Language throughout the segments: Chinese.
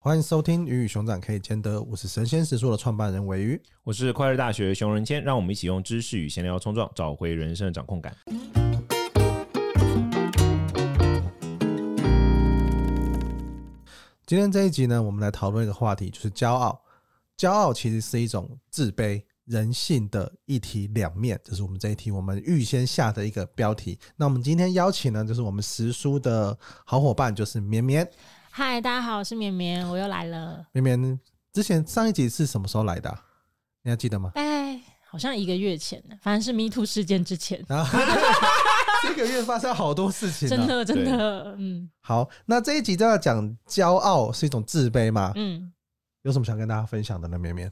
欢迎收听《鱼与熊掌可以兼得》，我是神仙食宿的创办人尾鱼。我是快乐大学熊仁谦，让我们一起用知识与闲聊冲撞，找回人生的掌控感。今天这一集呢，我们来讨论一个话题，就是骄傲。骄傲其实是一种自卑、人性的一体两面，这是我们这一题我们预先下的一个标题。那我们今天邀请呢，就是我们实书的好伙伴，就是绵绵。嗨，大家好，我是绵绵，我又来了。绵绵之前上一集是什么时候来的啊、你还记得吗？哎，好像一个月前呢，反正是 Me Too 事件之前，然后啊 这个月发生好多事情、啊，真的真的，嗯好，那这一集就要讲骄傲是一种自卑嘛？嗯，有什么想跟大家分享的呢？绵绵，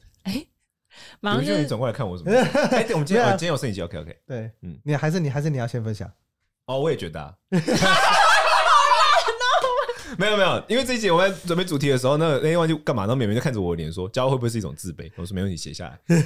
马上你就们就你转过来看我什么事？哎，对我们今对天啊哦今天有摄影机，OK OK。对，嗯嗯，你还是你还是你要先分享，哦，我也觉得 啊。 没有没有，因为这一集我们在准备主题的时候，那个那天忘记干嘛，然后美美就看着我的脸说：“骄傲会不会是一种自卑？”我说：“没问题，写下 来。”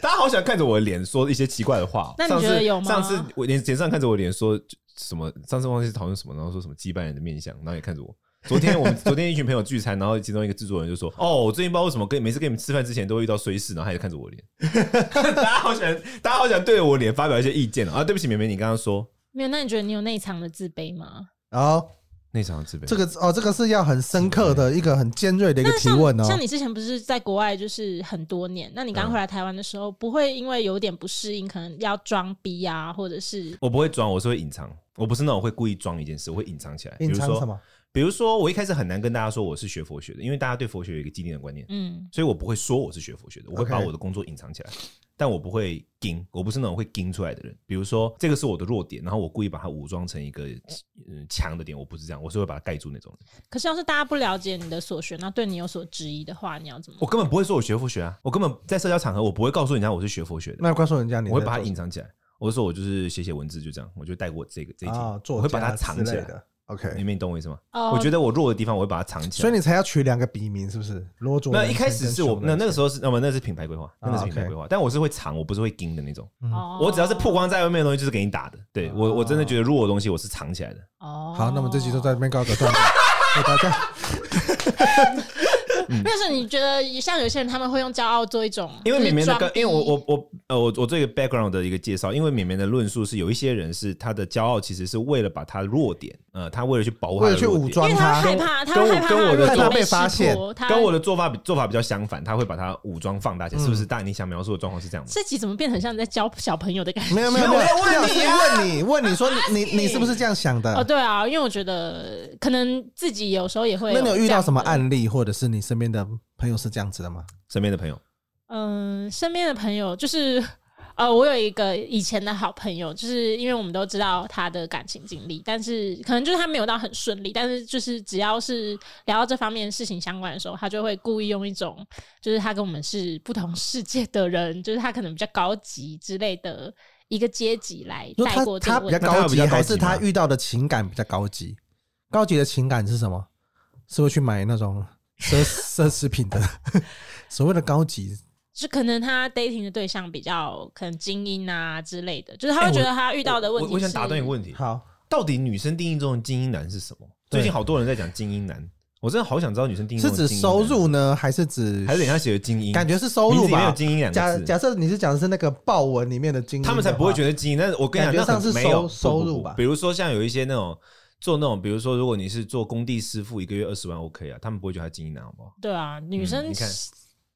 大家好喜欢看着我的脸说一些奇怪的话哦。那你上次觉得有吗上次我脸脸上看着我的脸说什么？上次忘记讨论什么，然后说什么击败人的面相，然后也看着我。昨天 我们昨天一群朋友聚餐，然后其中一个制作人就说：“哦，我最近不知道为什么跟每次跟你们吃饭之前都会遇到衰事，然后他也看着我的脸。 大家好喜欢，大家好喜欢对我脸发表一些意见哦啊！对不起，美美，你刚刚说没有。那你觉得你有内藏的自卑吗？然后内场的自卑，这个哦，这个是要很深刻的一个很尖锐的一个那提像问哦。像你之前不是在国外就是很多年，那你刚回来台湾的时候，不会因为有点不适应，可能要装逼啊，或者是我不会装，我是会隐藏。我不是那种会故意装一件事，我会隐藏起来。隐藏比如什说，么？比如说，我一开始很难跟大家说我是学佛学的，因为大家对佛学有一个既定的观念，嗯，所以我不会说我是学佛学的，我会 OK 把我的工作隐藏起来。但我不会盯，我不是那种会盯出来的人。比如说，这个是我的弱点，然后我故意把它武装成一个嗯强的点，我不是这样，我是会把它盖住那种人。可是要是大家不了解你的所学，那对你有所质疑的话，你要怎么我？根本不会说我学佛学啊，我根本在社交场合我不会告诉人家我是学佛学的。那告诉人家你在我会把它做隐藏起来。我就说我就是写写文字，就这样，我就带过这个这一题，啊，我作会家把它藏之起类来。的。你 OK，们懂我意思吗？哦我觉得我弱的地方，我会把它藏起所来。以你才要取两个笔名是不是？罗卓那人一开生始跟是我熊那人那个生时候是哦那么那是品牌规划，啊那个是品牌规划，但我是会藏，我不是会盯的那种。哦我只要是曝光在外面的东西，就是给你打的。对我我真啊的觉得弱的东西，我是藏起来的。哦，好，那我们这集就在这边告个 段落。给大家但是你觉得像有些人他们会用骄傲做一种，嗯因为就是绵绵的装跟，逼因为我我我呃我我做一个 background 的一个介绍，因为绵绵的论述是有一些人是他的骄傲，其实是为了把他的弱点，呃，他为了去保护他为的了去弱武点装因为他他，害怕，他跟我害怕跟我的他如果害怕被被发识现破他跟我的做法比做法比较相反，他会把它武装放大起来，是嗯不是？大你想描述的状况是这样吗？这集怎么变得很像你在教小朋友的感觉？没有没有没有没有，我在问是你啊问你问你说你你你是不是这样想哦，的？对啊，因为我觉得可能自己有时候也会。那你有遇到什么？案例，或者是你身边的朋友是这样子的吗？身边的朋友，嗯、身边的朋友就是。呃，我有一个以前的好朋友，就是因为我们都知道他的感情经历，但是可能就是他没有到很顺利，但是就是只要是聊到这方面的事情相关的时候，他就会故意用一种就是他跟我们是不同世界的人，就是他可能比较高级之类的一个阶级来就带他过这他个比问较题。那他高有比级，较高级还是他吗遇到的情感比较高级？高级的情感是什么？是会去买那种奢奢侈品的。 所谓的高级，就可能他 dating 的对象比较可能精英啊之类的，就是他会觉得他遇到的问题哎我我想打断一个题，问题，好，到底女生定义中的精英男是什么？对最近好多人在讲精英男，我真的好想知道女生定义是中的指精英收男入呢，还是指还是人家写的精英？感觉是收入名字里面有吧？精英两假个字假。设你是讲的是那个豹文里面的啊精英的话，他们才不会觉得精英，但是我跟你讲，感觉那很上是没有收收不不不入吧比如说像有一些那种做那种，比如说如果你是做工地师傅，一个月二十万 OK 啊，他们不会觉得他精英男，好不好？对啊，女生、嗯你看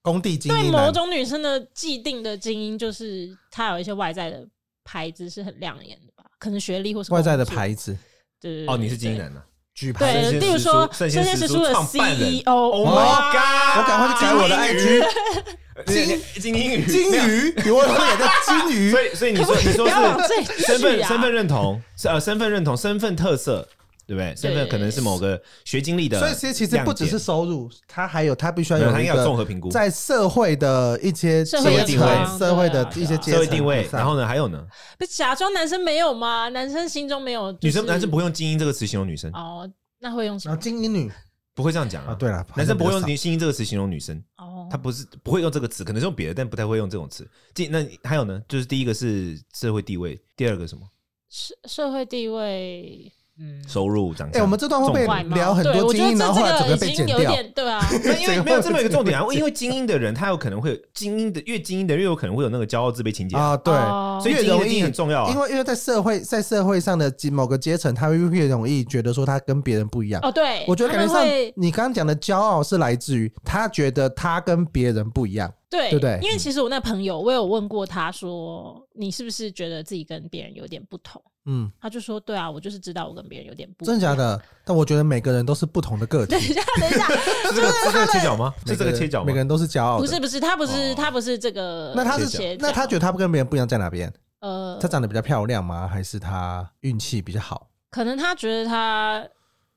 工地精对英某男。种女生的既定的精英，就是她有一些外在的牌子是很亮眼的吧，可能学历或是外在的工作，牌子，对对对哦，你是精英。男呐、举牌圣贤对对，例如时说 E 书圣圣贤贤时时书书的创办人 CEO，哦 Oh my 哇 god！我赶快去改我的金 IG 鱼金啊金英语金鱼，你为什么也在金 鱼所？以所以你说你不说要往是这身份里去啊！身份认同是呃身份认同身份特色对不对？身份可能是某个学经历的所亮以点，其实其实不只是收入，他还有他必须要没有啊他一应该有综个合评估在社会的一些社会阶定层位社会的对啊一些对啊阶层社会定位，上然后呢还有呢，不假装男生没有吗？男生心中没有、女生男生不会用精英这个词形容女生，哦，那会用什然么后？精英女不会这样讲啊，啊。对了，男生不会用好像比较少精英这个词形容女生，哦，他不是不会用这个词，可能是用别的，但不太会用这种词。精那还有呢，就是第一个是社会地位，第二个什么？社社会地位，嗯，收入长哎，相。我们这段会不重会外点貌聊很对多我精觉得英，这然后后来整这整个被已经剪有掉？点对啊，没有因为没有这么一个重点啊， 这个因为精英的人他有可能会精英的越精英的人越有可能会有那个骄傲自卑情节啊，啊， 对，哦所以越精英容的易定义很重要啊。因为因为在社会在社会上的某个阶层，他会越容易觉得说他跟别人不一样。哦，对，我觉得他感觉们上会，你刚刚讲的骄傲是来自于他觉得他跟别人不一样。对对不嗯对因为其实我那朋友，我有问过他说，你是不是觉得自己跟别人有点不同？嗯，他就说，对啊，我就是知道我跟别人有点不，真的假？的？但我觉得每个人都是不同的个体， 等一下，等一下， 是这个是这个切角吗？是这个每人切角吗每个？人都是骄傲的。不是，不是，他不是哦他不是这个那他切是斜那他觉得他跟别人不一样在哪边？呃他，长得比较漂亮吗？还是他运气比较好可能他觉得他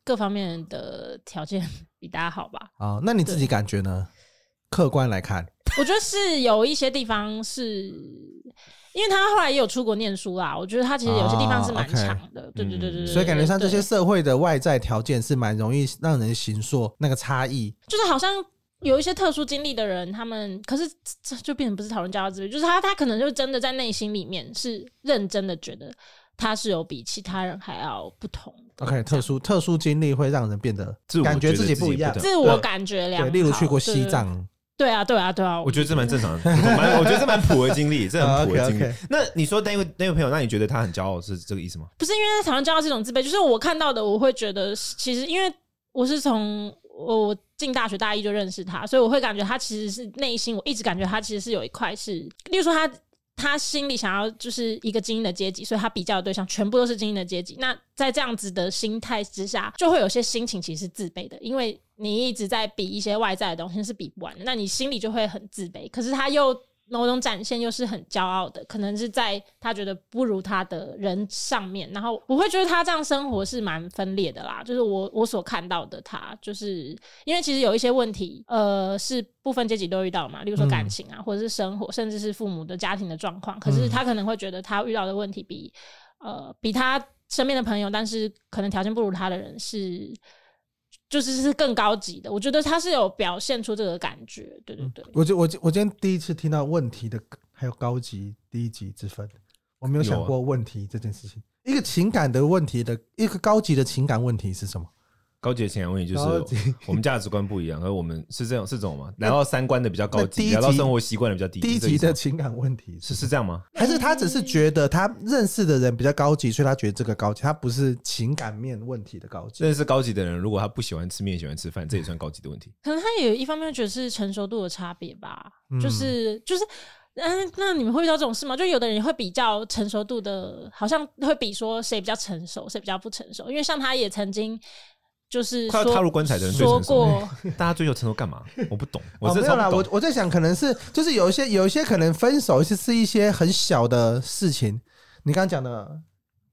各方面的条件比大家好吧？啊？那你自己感觉呢？客观来看，我觉得是有一些地方是。因为他后来也有出国念书啦，我觉得他其实有些地方是蛮哦，OK 强的，对对对对对。所以感觉上这对些社会的外在条件是蛮容易让人形塑那个差异。就是好像有一些特殊经历的人，他们可是这这就变成不是讨论骄傲自卑，就是他他可能就真的在内心里面是认真的觉得他是有比其他人还要不同的 OK，特哦殊特殊经历会让人变得自我感觉得自己自己一样不。自我感觉良啊对，好。例如去过对西，藏，对啊对啊对啊，我觉得这蛮正常的，蛮我觉得这蛮普的经历，这很普的经啊历，OK，OK。那你说那位那位朋友，那你觉得他很骄傲是这个意思吗？不是因为讨论骄傲是一种自卑，就是我看到的，我会觉得是其实因为我是从我我进大学大一就认识他，所以我会感觉他其实是内心，我一直感觉他其实是有一块是，例如说他。他心里想要就是一个精英的阶级，所以他比较的对象全部都是精英的阶级。那在这样子的心态之下，就会有些心情其实是自卑的，因为你一直在比一些外在的东西是比不完的，那你心里就会很自卑。可是他又某种展现又是很骄傲的，可能是在他觉得不如他的人上面，然后我会觉得他这样生活是蛮分裂的啦。就是我我所看到的他，就是因为其实有一些问题，呃，是部分阶级都遇到嘛，例如说感情啊，或者是生活，甚至是父母的家庭的状况。可是嗯他可能会觉得他遇到的问题比呃比他身边的朋友，但是可能条件不如他的人是。就是是更高级的，我觉得他是有表现出这个感觉，对嗯对对。我就我我今天第一次听到问题的还有高级低级之分，我没有想有啊过问题这件事情。一个情感的问题的一个高级的情感问题是什么？高级的情感问题就高级是我们价值观不一样，而我们是这种是这种吗？聊到三观的比较高那第一级，集聊到生活习惯的比较低，低是这个级意思吗的情感问题是是是这样吗？还是他只嗯是觉得他认识的人比较高级，所以他觉得这个高级，他不是情感面问题的高级。认识高级的人，如果他不喜欢吃面，喜欢吃饭，这也算高级的 问题。可能他也有一方面觉得是成熟度的差别吧，嗯就是就是，嗯，那你们会遇到这种事吗？就有的人会比较成熟度的，好像会比说谁比较成熟，谁比较不成熟，因为像他也曾经就是快要说踏入棺材的人最说成熟 过，大家追求成熟干嘛？我不懂，我哦，真没的有超啦，不我懂。我在想，可能是就是有一些有一些可能分手是是一些很小的事情。你刚刚讲的，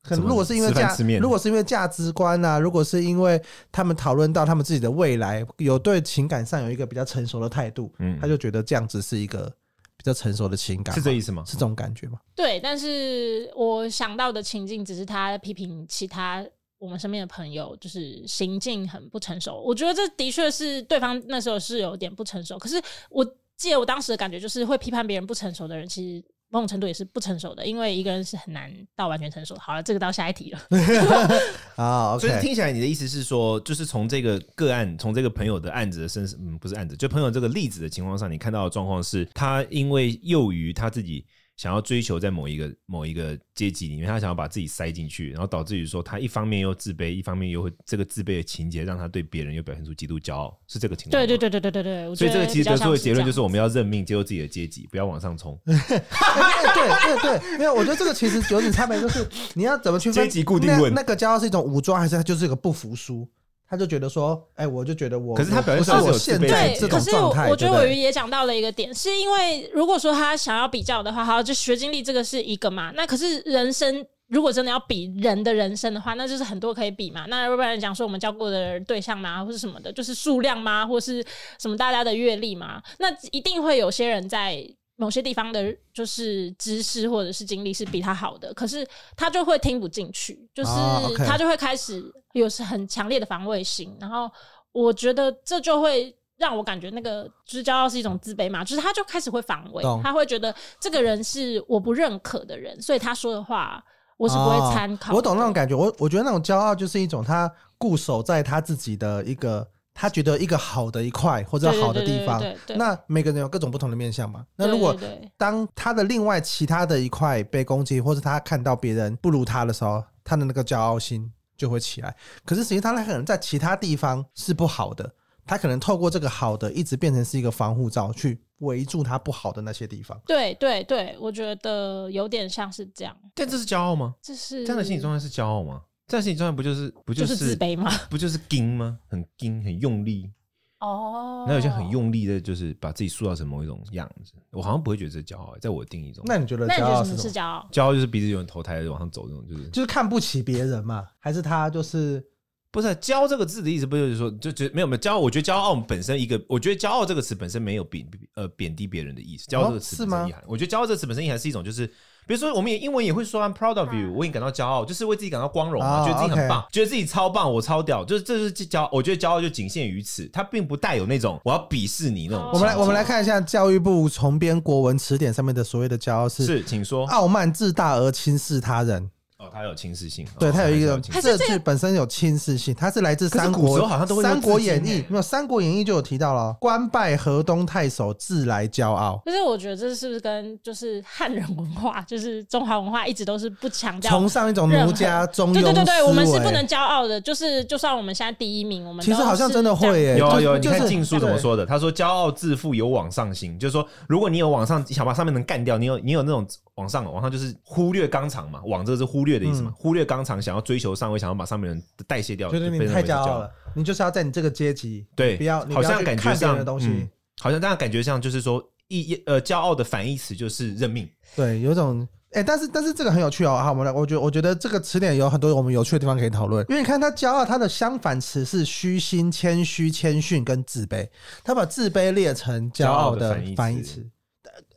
可什能么如果是因为吃饭价吃，面如果是因为价值观啊，如果是因为他们讨论到他们自己的未来，有对情感上有一个比较成熟的态度，嗯他就觉得这样子是一个比较成熟的情感嘛，是这意思吗？是这种感觉吗？对，但是我想到的情境只是他批评其他我们身边的朋友，就是行径很不成熟。我觉得这的确是对方那时候是有点不成熟，可是我记得我当时的感觉就是会批判别人不成熟的人，其实。某种程度也是不成熟的，因为一个人是很难到完全成熟。好了，这个到下一题了。啊所以，OK，听起来你的意思是说，就是从这个个案，从这个朋友的案子的身，嗯，不是案子，就朋友这个例子的情况上，你看到的状况是，他因为囿于他自己想要追求在某一个某一个阶级里面，他想要把自己塞进去，然后导致于说他一方面又自卑，一方面又会这个自卑的情节让他对别人又表现出极度骄傲，是这个情况。对对。对对对对对，我所觉以得这个其实得出的结论就是，比较像我们要认命，接受自己的阶级，不要往上冲。哎对对对，没有，我觉得这个其实有点差别，就是你要怎么区分阶级固定论那那个骄傲是一种武装，还是他就是一个不服输？他就觉得说，哎，我就觉得我，可是他表现不是上是我有自现卑在感这对，可种是状我态，我觉对得不我对也讲到了一个点，是因为如果说他想要比较的话，好，就学经历这个是一个嘛，那可是人生。如果真的要比人的人生的话，那就是很多可以比嘛。那要不然讲说我们交过的对象嘛，或是什么的，就是数量嘛，或是什么大家的阅历嘛，那一定会有些人在某些地方的，就是知识或者是经历是比他好的，可是他就会听不进去，就是啊，OK 他就会开始有是很强烈的防卫心，然后我觉得这就会让我感觉那个就是骄傲是一种自卑嘛，就是他就开始会防卫懂，他会觉得这个人是我不认可的人，所以他说的话我是不会参考哦的、我懂那种感觉，我我觉得那种骄傲就是一种他固守在他自己的一个，他觉得一个好的一块或者对对好的对地对方。对对那每个人有各种不同的面相嘛。那如果对对对当他的另外其他的一块被攻击，或者他看到别人不如他的时候，他的那个骄傲心就会起来。可是实际上，他可能在其他地方是不好的，他可能透过这个好的，一直变成是一个防护罩，去围住他不好的那些地方。 对对对，我觉得有点像是这样， 但这是骄傲吗？就是这样的心理状态是骄傲吗？这样的心理状态不就是不就是是自卑吗？不就是硬吗？很硬，很用力。哦，那有些很。用力的，就是把自己塑造成某一种样子。我好像不会觉得这是骄傲、欸在我的定义中，那你觉得那你骄觉得傲什是么什是么？骄傲？骄傲就是鼻子有人头抬着往上走那种，就是就是看不起别人嘛，还是他就是不是“啊骄”傲这个字的意思，不就是说就觉得没有没有骄傲？我觉得骄傲本身一个，我觉得骄傲这个词本身没有贬呃贬低别人的意思。骄傲这个词哦本是吗身意涵，我觉得骄傲这个词本身意涵是一种就是。比如说，我们也英文也会说 "I'm proud of you"，我也感到骄傲，就是为自己感到光荣嘛，哦觉得自己很 OK 棒，觉得自己超棒，我超屌，就是这就是骄傲。我觉得骄傲就仅限于此，它并不带有那种我要鄙视你那种情哦我节。们来我们来看一下教育部重编国文词典上面的所谓的骄傲是是，请说。傲慢自大而轻视他人，哦，它有轻视性，对哦它有一个轻视还是这这句本身有轻视性，它是来自可是三古时国候好像都会用三国字经演义欸没有三国演义就有提到了哦，官拜河东太守，自来骄傲。可是我觉得这是不是跟就是汉人文化， 就是中华文化一直都是不强调崇尚一种儒家中庸对对对对，思我们是维不能骄傲的，就是就算我们现在第一名，我们其实都好像是真的这样会耶，有啊就有，你就看是禁书怎么对说的？他说：“骄傲自负有往上心，就是说，如果你有往上，想把上面能干掉，你有你有那种往上，往上就是忽略纲常嘛，往这个是忽略的意嗯思嘛，忽略纲常，想要追求上位，想要把上面人代谢掉，就是被你认太为骄傲傲了。，你就是要在你这个阶级，对，不要你不好要像去感觉看别人上的东西嗯好像大家感觉上就是说，一呃，骄傲的反义词就是认命。对，有一种。哎、但是但是这个很有趣哦，好，我们来，我觉得我觉得这个词典有很多我们有趣的地方可以讨论，因为你看他骄傲，他的相反词是虚心、谦虚、谦逊跟自卑，他把自卑列成骄傲的骄傲的反反义义词词，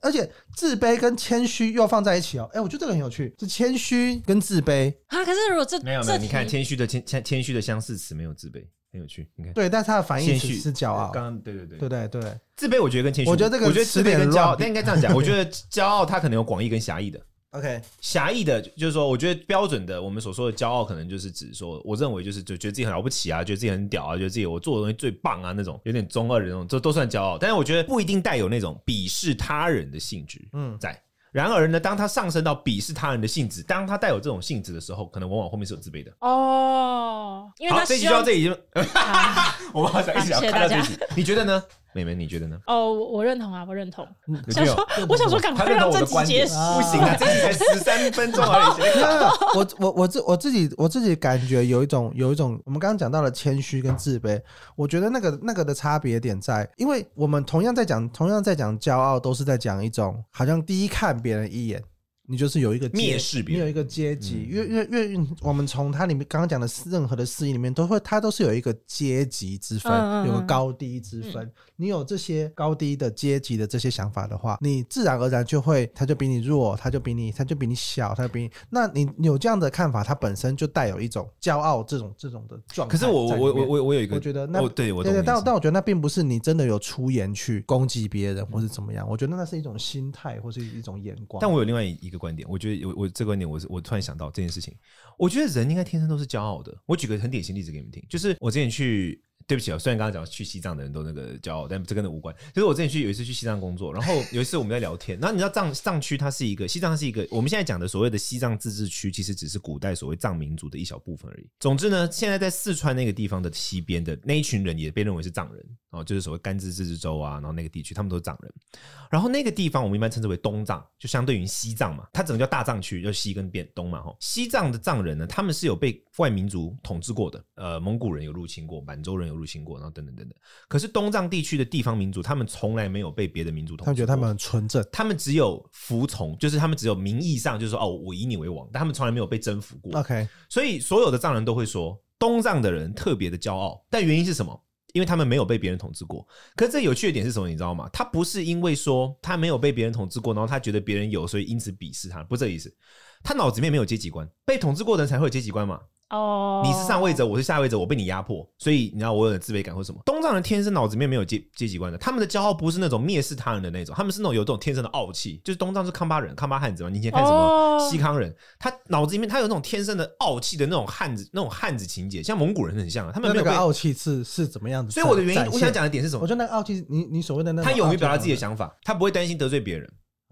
而且自卑跟谦虚又放在一起哦，哎、我觉得这个很有趣，是谦虚跟自卑，啊。可是如果这没有没这有，你看题谦虚的谦谦谦虚的相似词没有自卑，很有趣。你看，对，但是他的反义谦词虚是骄傲，刚刚对对对对不对？对，自卑我觉得跟谦虚，我觉得这个我觉得词自卑典跟骄乱傲，比但应该这 样讲，我觉得骄傲它可能有广义跟狭义的。 OK，狭义的，就是说，我觉得标准的，我们所说的骄傲，可能就是指说，我认为就是就觉得自己很了不起啊，觉得自己很屌啊，觉得自己我做的东西最棒啊，那种有点中二的那种，这都算骄傲。但是我觉得不一定带有那种鄙视他人的性质嗯在。然而呢，当他上升到鄙视他人的性质，当他带有这种性质的时候，可能往往后面是有自卑的。哦，因为好他，这一集希就到望这里就，啊我们好想一起要好谢谢看到大这家一集，你觉得呢，妹妹？你觉得呢？哦，我我认同啊，我认同。有想没有说，我想说，赶他快认同让我这的集观结点，束。不行啊，这集才十三分钟而已。没有没有我我我自我自己我自己感觉有一种有一种，我们刚刚讲到了谦虚跟自卑，我觉得那个那个的差别点在，因为我们同样在讲同样在讲骄傲，都是在讲一种好像第一看别人一眼，你就是有一个阶蔑视别你人有一个阶级，嗯因为因为因为我们从它里面刚刚讲的任何的事情里面，都会它都是有一个阶级之分，嗯嗯嗯有个高低之分。你有这些高低的阶级的这些想法的话，你自然而然就会，他就比你弱，他就比你，他就比你小，他就比你，那你你有这样的看法，它本身就带有一种骄傲这种这种的状态可是在里我面。我我我我有一个，我觉得那哦对我对对，懂你但意思但我觉得那并不是你真的有出言去攻击别人或是怎么样，我觉得那是一种心态或是一种眼光。但我有另外一个观点，我觉得我我这个观点，我是我突然想到这件事情，我觉得人应该天生都是骄傲的。我举个很典型例子给你们听，就是我之前去，对不起啊，虽然刚刚讲去西藏的人都那个骄傲，但这跟那无关。就是我之前去有一次去西藏工作，然后有一次我们在聊天，然后你知道藏藏区它是一个西藏它是一个我们现在讲的所谓的西藏自治区，其实只是古代所谓藏民族的一小部分而已。总之呢，现在在四川那个地方的西边的那一群人也被认为是藏人哦，就是所谓甘孜自治州啊，然后那个地区他们都是藏人。然后那个地方我们一般称之为东藏，就相对于西藏嘛，它整个叫大藏区，就西跟边东嘛，吼。西藏的藏人呢，他们是有被外民族统治过的，呃，蒙古人有入侵过，满洲人有入侵过，然后等等等等。可是东藏地区的地方民族，他们从来没有被别的民族统治过，他们觉得他们很纯正。他们只有服从，就是他们只有名义上就是说哦，我以你为王，但他们从来没有被征服过。 OK，所以所有的藏人都会说，东藏的人特别的骄傲，但原因是什么？因为他们没有被别人统治过。可是这有趣的点是什么？你知道吗？他不是因为说他没有被别人统治过，然后他觉得别人有，所以因此鄙视他，不是这个意思。他脑子里面没有阶级观，被统治过的人才会有阶级观嘛。哦，你是上位者，我是下位者，我被你压迫，所以你知道我有点自卑感或什么。东藏人天生脑子里面没有阶阶级观的，他们的骄傲不是那种蔑视他人的那种，他们是那种有这种天生的傲气。就是东藏是康巴人、康巴汉子嘛，你以前看什么哦西康人，他脑子里面他有那种天生的傲气的那种汉子那种汉子情节，像蒙古人很像啊，他们那没那有个被。傲气是是怎么样子所展？以我的原因，展我想现，讲的点是什我么？觉得那个傲气，你你所谓的那种他勇于表达自己的傲气想法，他不会担心得罪别人。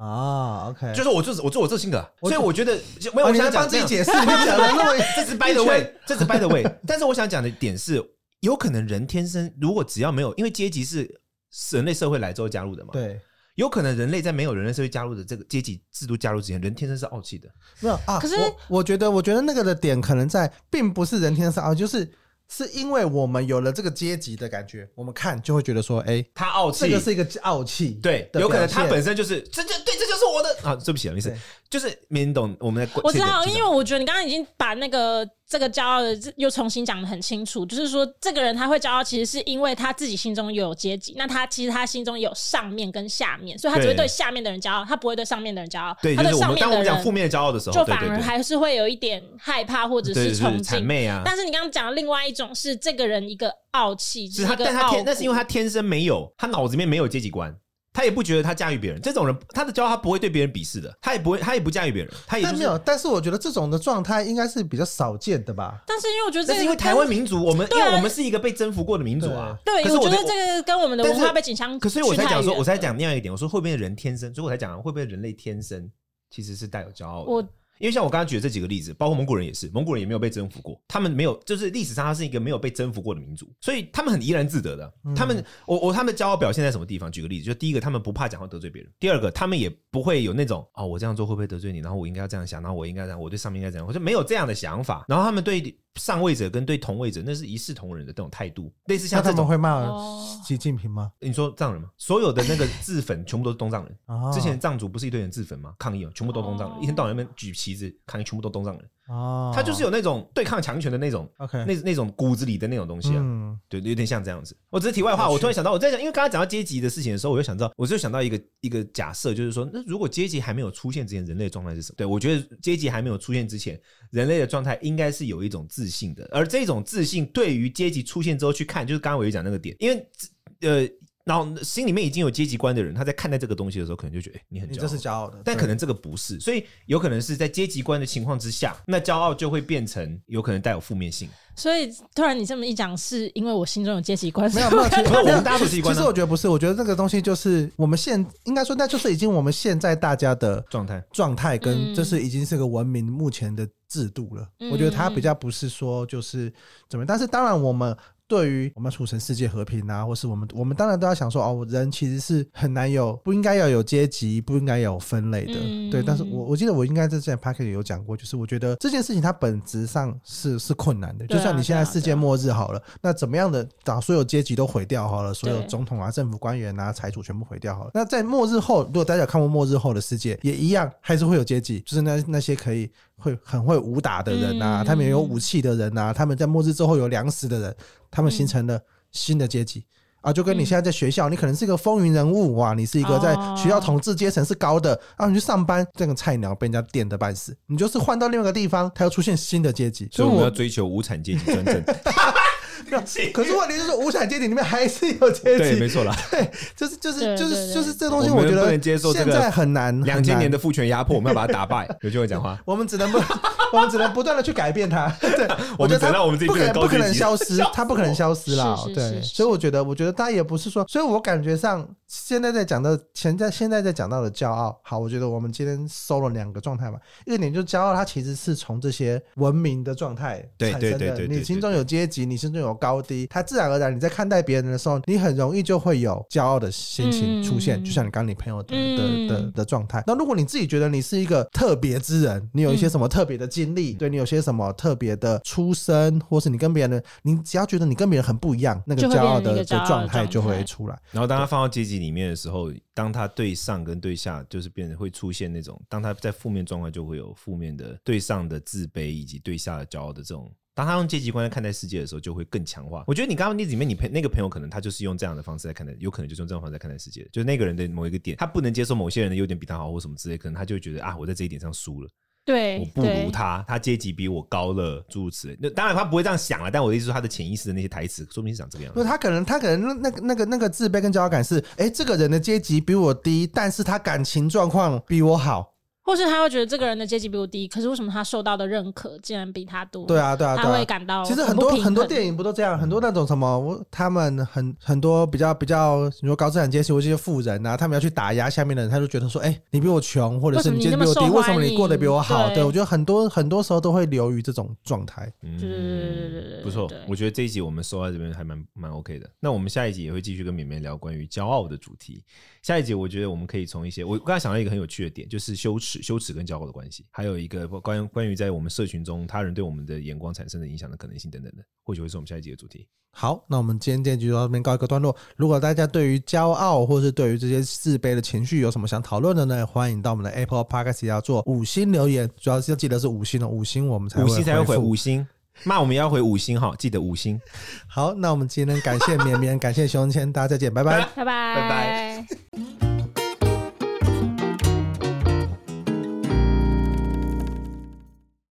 啊，OK，就是我就是我做我这性格啊，我所以我觉得就没哦有我你想还讲帮自这己样解释，你 讲 的那么这只 by the 一圈 way，这只 by the way。但是 我想讲的点是，有可能人天生如果只要没有，因为阶级是人类社会来之后加入的嘛，，对，有可能人类在没有人类社会加入的这个阶级制度加入之前，人天生是傲气的。没有啊。可是我我觉得，我觉得那个的点可能在，并不是人天生傲，啊就是是因为我们有了这个阶级的感觉，我们看就会觉得说，哎，他傲这个是一个傲气的表对现，，有可能他本身就是这就对，这就是我的啊，对不起啊，没事对，就是明懂我们的我知道，这个因为我觉得你刚刚已经把那个这个骄傲的这又重新讲的很清楚，就是说这个人他会骄傲，其实是因为他自己心中有阶级，那他其实他心中有上面跟下面，所以他只会对对下面的人骄傲，他不会对上面的人骄傲，对，他就是对我上们面当我的们讲负人面骄傲的时候，就对反对而对，还是会有一点害怕或者对就是憧谄憬。媚啊，但是你刚刚讲的另外一种是这个人一个傲气，是一他，个但他傲天，骨那是因为他天生没有，他脑子里面没有阶级观，他也不觉得他驾驭别人。这种人，他的骄傲他不会对别人鄙视的，他也不会，他也不驾驭别人，他也就但没是有，但是我觉得这种的状态应该是比较少见的吧。但是因为我觉得这那个是因为台湾民族，我们因啊为我们是一个被征服过的民族啊。对，可是我觉在得这个跟我们的但文是化背景相，可是我才讲说，我才讲。讲那样一点，我说会不会人天生，所以我才讲啊会不会人类天生其实是带有骄傲的。我因为像我刚刚举的这几个例子，包括蒙古人也是，蒙古人也没有被征服过，他们没有，就是历史上他是一个没有被征服过的民族，所以他们很怡然自得的。嗯他们，我我他们的骄傲表现在什么地方？举个例子，就第一个，他们不怕讲话得罪别人；第二个，他们也不会有那种啊、我这样做会不会得罪你？然后我应该要这样想，然后我应该这样，我对上面应该这样，我就没有这样的想法。然后他们对上位者跟对同位者那是一视同仁的那种态度，类似那像他这们种。会骂哦习近平吗？你说藏人吗？所有的那个自焚全部都是东藏人。啊，之前藏族不是一堆人自焚吗？抗议哦，全部都东藏人，哦一天到晚在那边举旗子抗议，全部都东藏人。啊，他就是有那种对抗强权的那种。 OK 那那种骨子里的那种东西啊，嗯，对，有点像这样子。我只是题外话，有趣我突然想到，我在讲，因为刚刚讲到阶级的事情的时候，我就想到，我就想到一个一个假设，就是说，那如果阶级还没有出现之前，人类的状态是什么？对我觉得阶级还没有出现之前，人类的状态应该是有一种自信的，而这种自信对于阶级出现之后去看，就是刚刚我就讲那个点，因为呃，然后心里面已经有阶级观的人，他在看待这个东西的时候，可能就觉得，哎、你很你骄这傲是。骄傲的，但对可能这个不是，所以有可能是在阶级观的情况之下，那骄傲就会变成有可能带有负面性。所以突然你这么一讲，是因为我心中有阶级观，没有所以没我有，其实没 有我没有们大家都是一其贯的实我觉得不是，我觉得这个东西就是我们现应该说，那就是已经我们现在大家的状态。状态跟嗯就是已经是个文明目前的制度了。嗯我觉得它比较不是说就是怎么样，但是当然我们。对于我们促成世界和平啊，或是我们我们当然都要想说哦，人其实是很难有不应该要有阶级，不应该有分类的，嗯对。但是我我记得我应该在之前 p a c k e t 有讲过，就是我觉得这件事情它本质上是是困难的，对啊就算你现在对啊世界对啊末日好了，那怎么样的把所有阶级都毁掉好了，所有对总统啊、政府官员啊、财主全部毁掉好了。那在末日后，如果大家有看过末日后的世界，也一样还是会有阶级，就是那那些可以会很会武打的人啊，嗯他们也有武器的人啊，他们在末日之后有粮食的人，他们形成嗯了新的阶级。啊，就跟你现在在学校，你可能是一个风云人物哇，你是一个在哦学校统治阶层是高的，然后你去上班，这个菜鸟被人家电的半死，你就是换到另外一个地方，它又出现新的阶级，所以我我们要追求无产阶级专政。 可是问题就是无产阶级里面还是有阶级，对，没错啦。 对，就是就是对就是对对就是这东西，我们觉得不能接受这现个在很难。很两千难年的，父权压迫，我们要把它打败。有机会讲话。我们只能不， 我们只能不断的去改变它。 对，我觉得们只能它让我们自己不可变能不得高可阶能级消 失，它不可能消失啦是。是对，是是所以我觉得，我觉得它也不是说，所以我感觉上现在在讲的，现在现在在讲到的骄傲，好，我觉得我们今天收了两个状态嘛，一个点就是骄傲，它其实是从这些文明的状态对产对生对的，对你对心对中有阶级，你心中有高低，它自然而然你在看待别人的时候，你很容易就会有骄傲的心情出现，嗯就像你刚刚你朋友的的嗯的的状态。那如果你自己觉得你是一个特别之人，你有一些什么特别的经历，嗯对你有些什么特别的出身，或是你跟别人，你只要觉得你跟别人很不一样，那个就会骄傲变成的一个骄傲的状态就状会态出来。然后当他放到阶级里面的时候，当他对上跟对下，就是变得会出现那种，当他在负面状态就会有负面的对上的自卑以及对下的骄傲的这种。当他用阶级观来看待世界的时候，就会更强化。我觉得你刚刚例子里面，你朋那个朋友可能他就是用这样的方式来看待，有可能就是用这种方式来看待世界的。就是那个人的某一个点，他不能接受某些人的优点比他好或什么之类，可能他就会觉得啊，我在这一点上输了。 对我不如他，他阶级比我高了，诸如此类。那当然他不会这样想啊了，但我的意思是，他的潜意识的那些台词，说明是长这个样不，子。他可能他可能那那个那个那个自卑跟骄傲感是，哎、这个人的阶级比我低，但是他感情状况比我好。或是他会觉得这个人的阶级比我低，可是为什么他受到的认可竟然比他多？对啊，对啊，对他啊。会感到其实很很多不平衡很多电影不都这样，很多那种什么，我他们很很多比较比较，你说高资产阶级或这些富人啊，他们要去打压下面的人，他就觉得说，哎、你比我穷，或者是为什么你阶级比我那低，么受为什么欢你过得比我好？迎对对我觉得很多很多时候都会流于这种状态。嗯对对对对对对对不错对，我觉得这一集我们收在这边还蛮蛮 OK 的。那我们下一集也会继续跟绵绵聊关于骄傲的主题。下一集我觉得我们可以从一些我刚才想到一个很有趣的点，就是羞耻、羞耻跟骄傲的关系，还有一个关关于在我们社群中他人对我们的眼光产生的影响的可能性等等的，或许会是我们下一集的主题。好，那我们今天这集就到这边告一个段落。如果大家对于骄傲或是对于这些自卑的情绪有什么想讨论的呢？欢迎到我们的 Apple Podcast 要做五星留言，主要是要记得是五星哦，五星我们才五星才会会回复五星，骂我们也要回五星哈，记得五星。好，那我们今天感谢绵绵，感谢熊千，大家再见，拜拜。拜拜拜拜。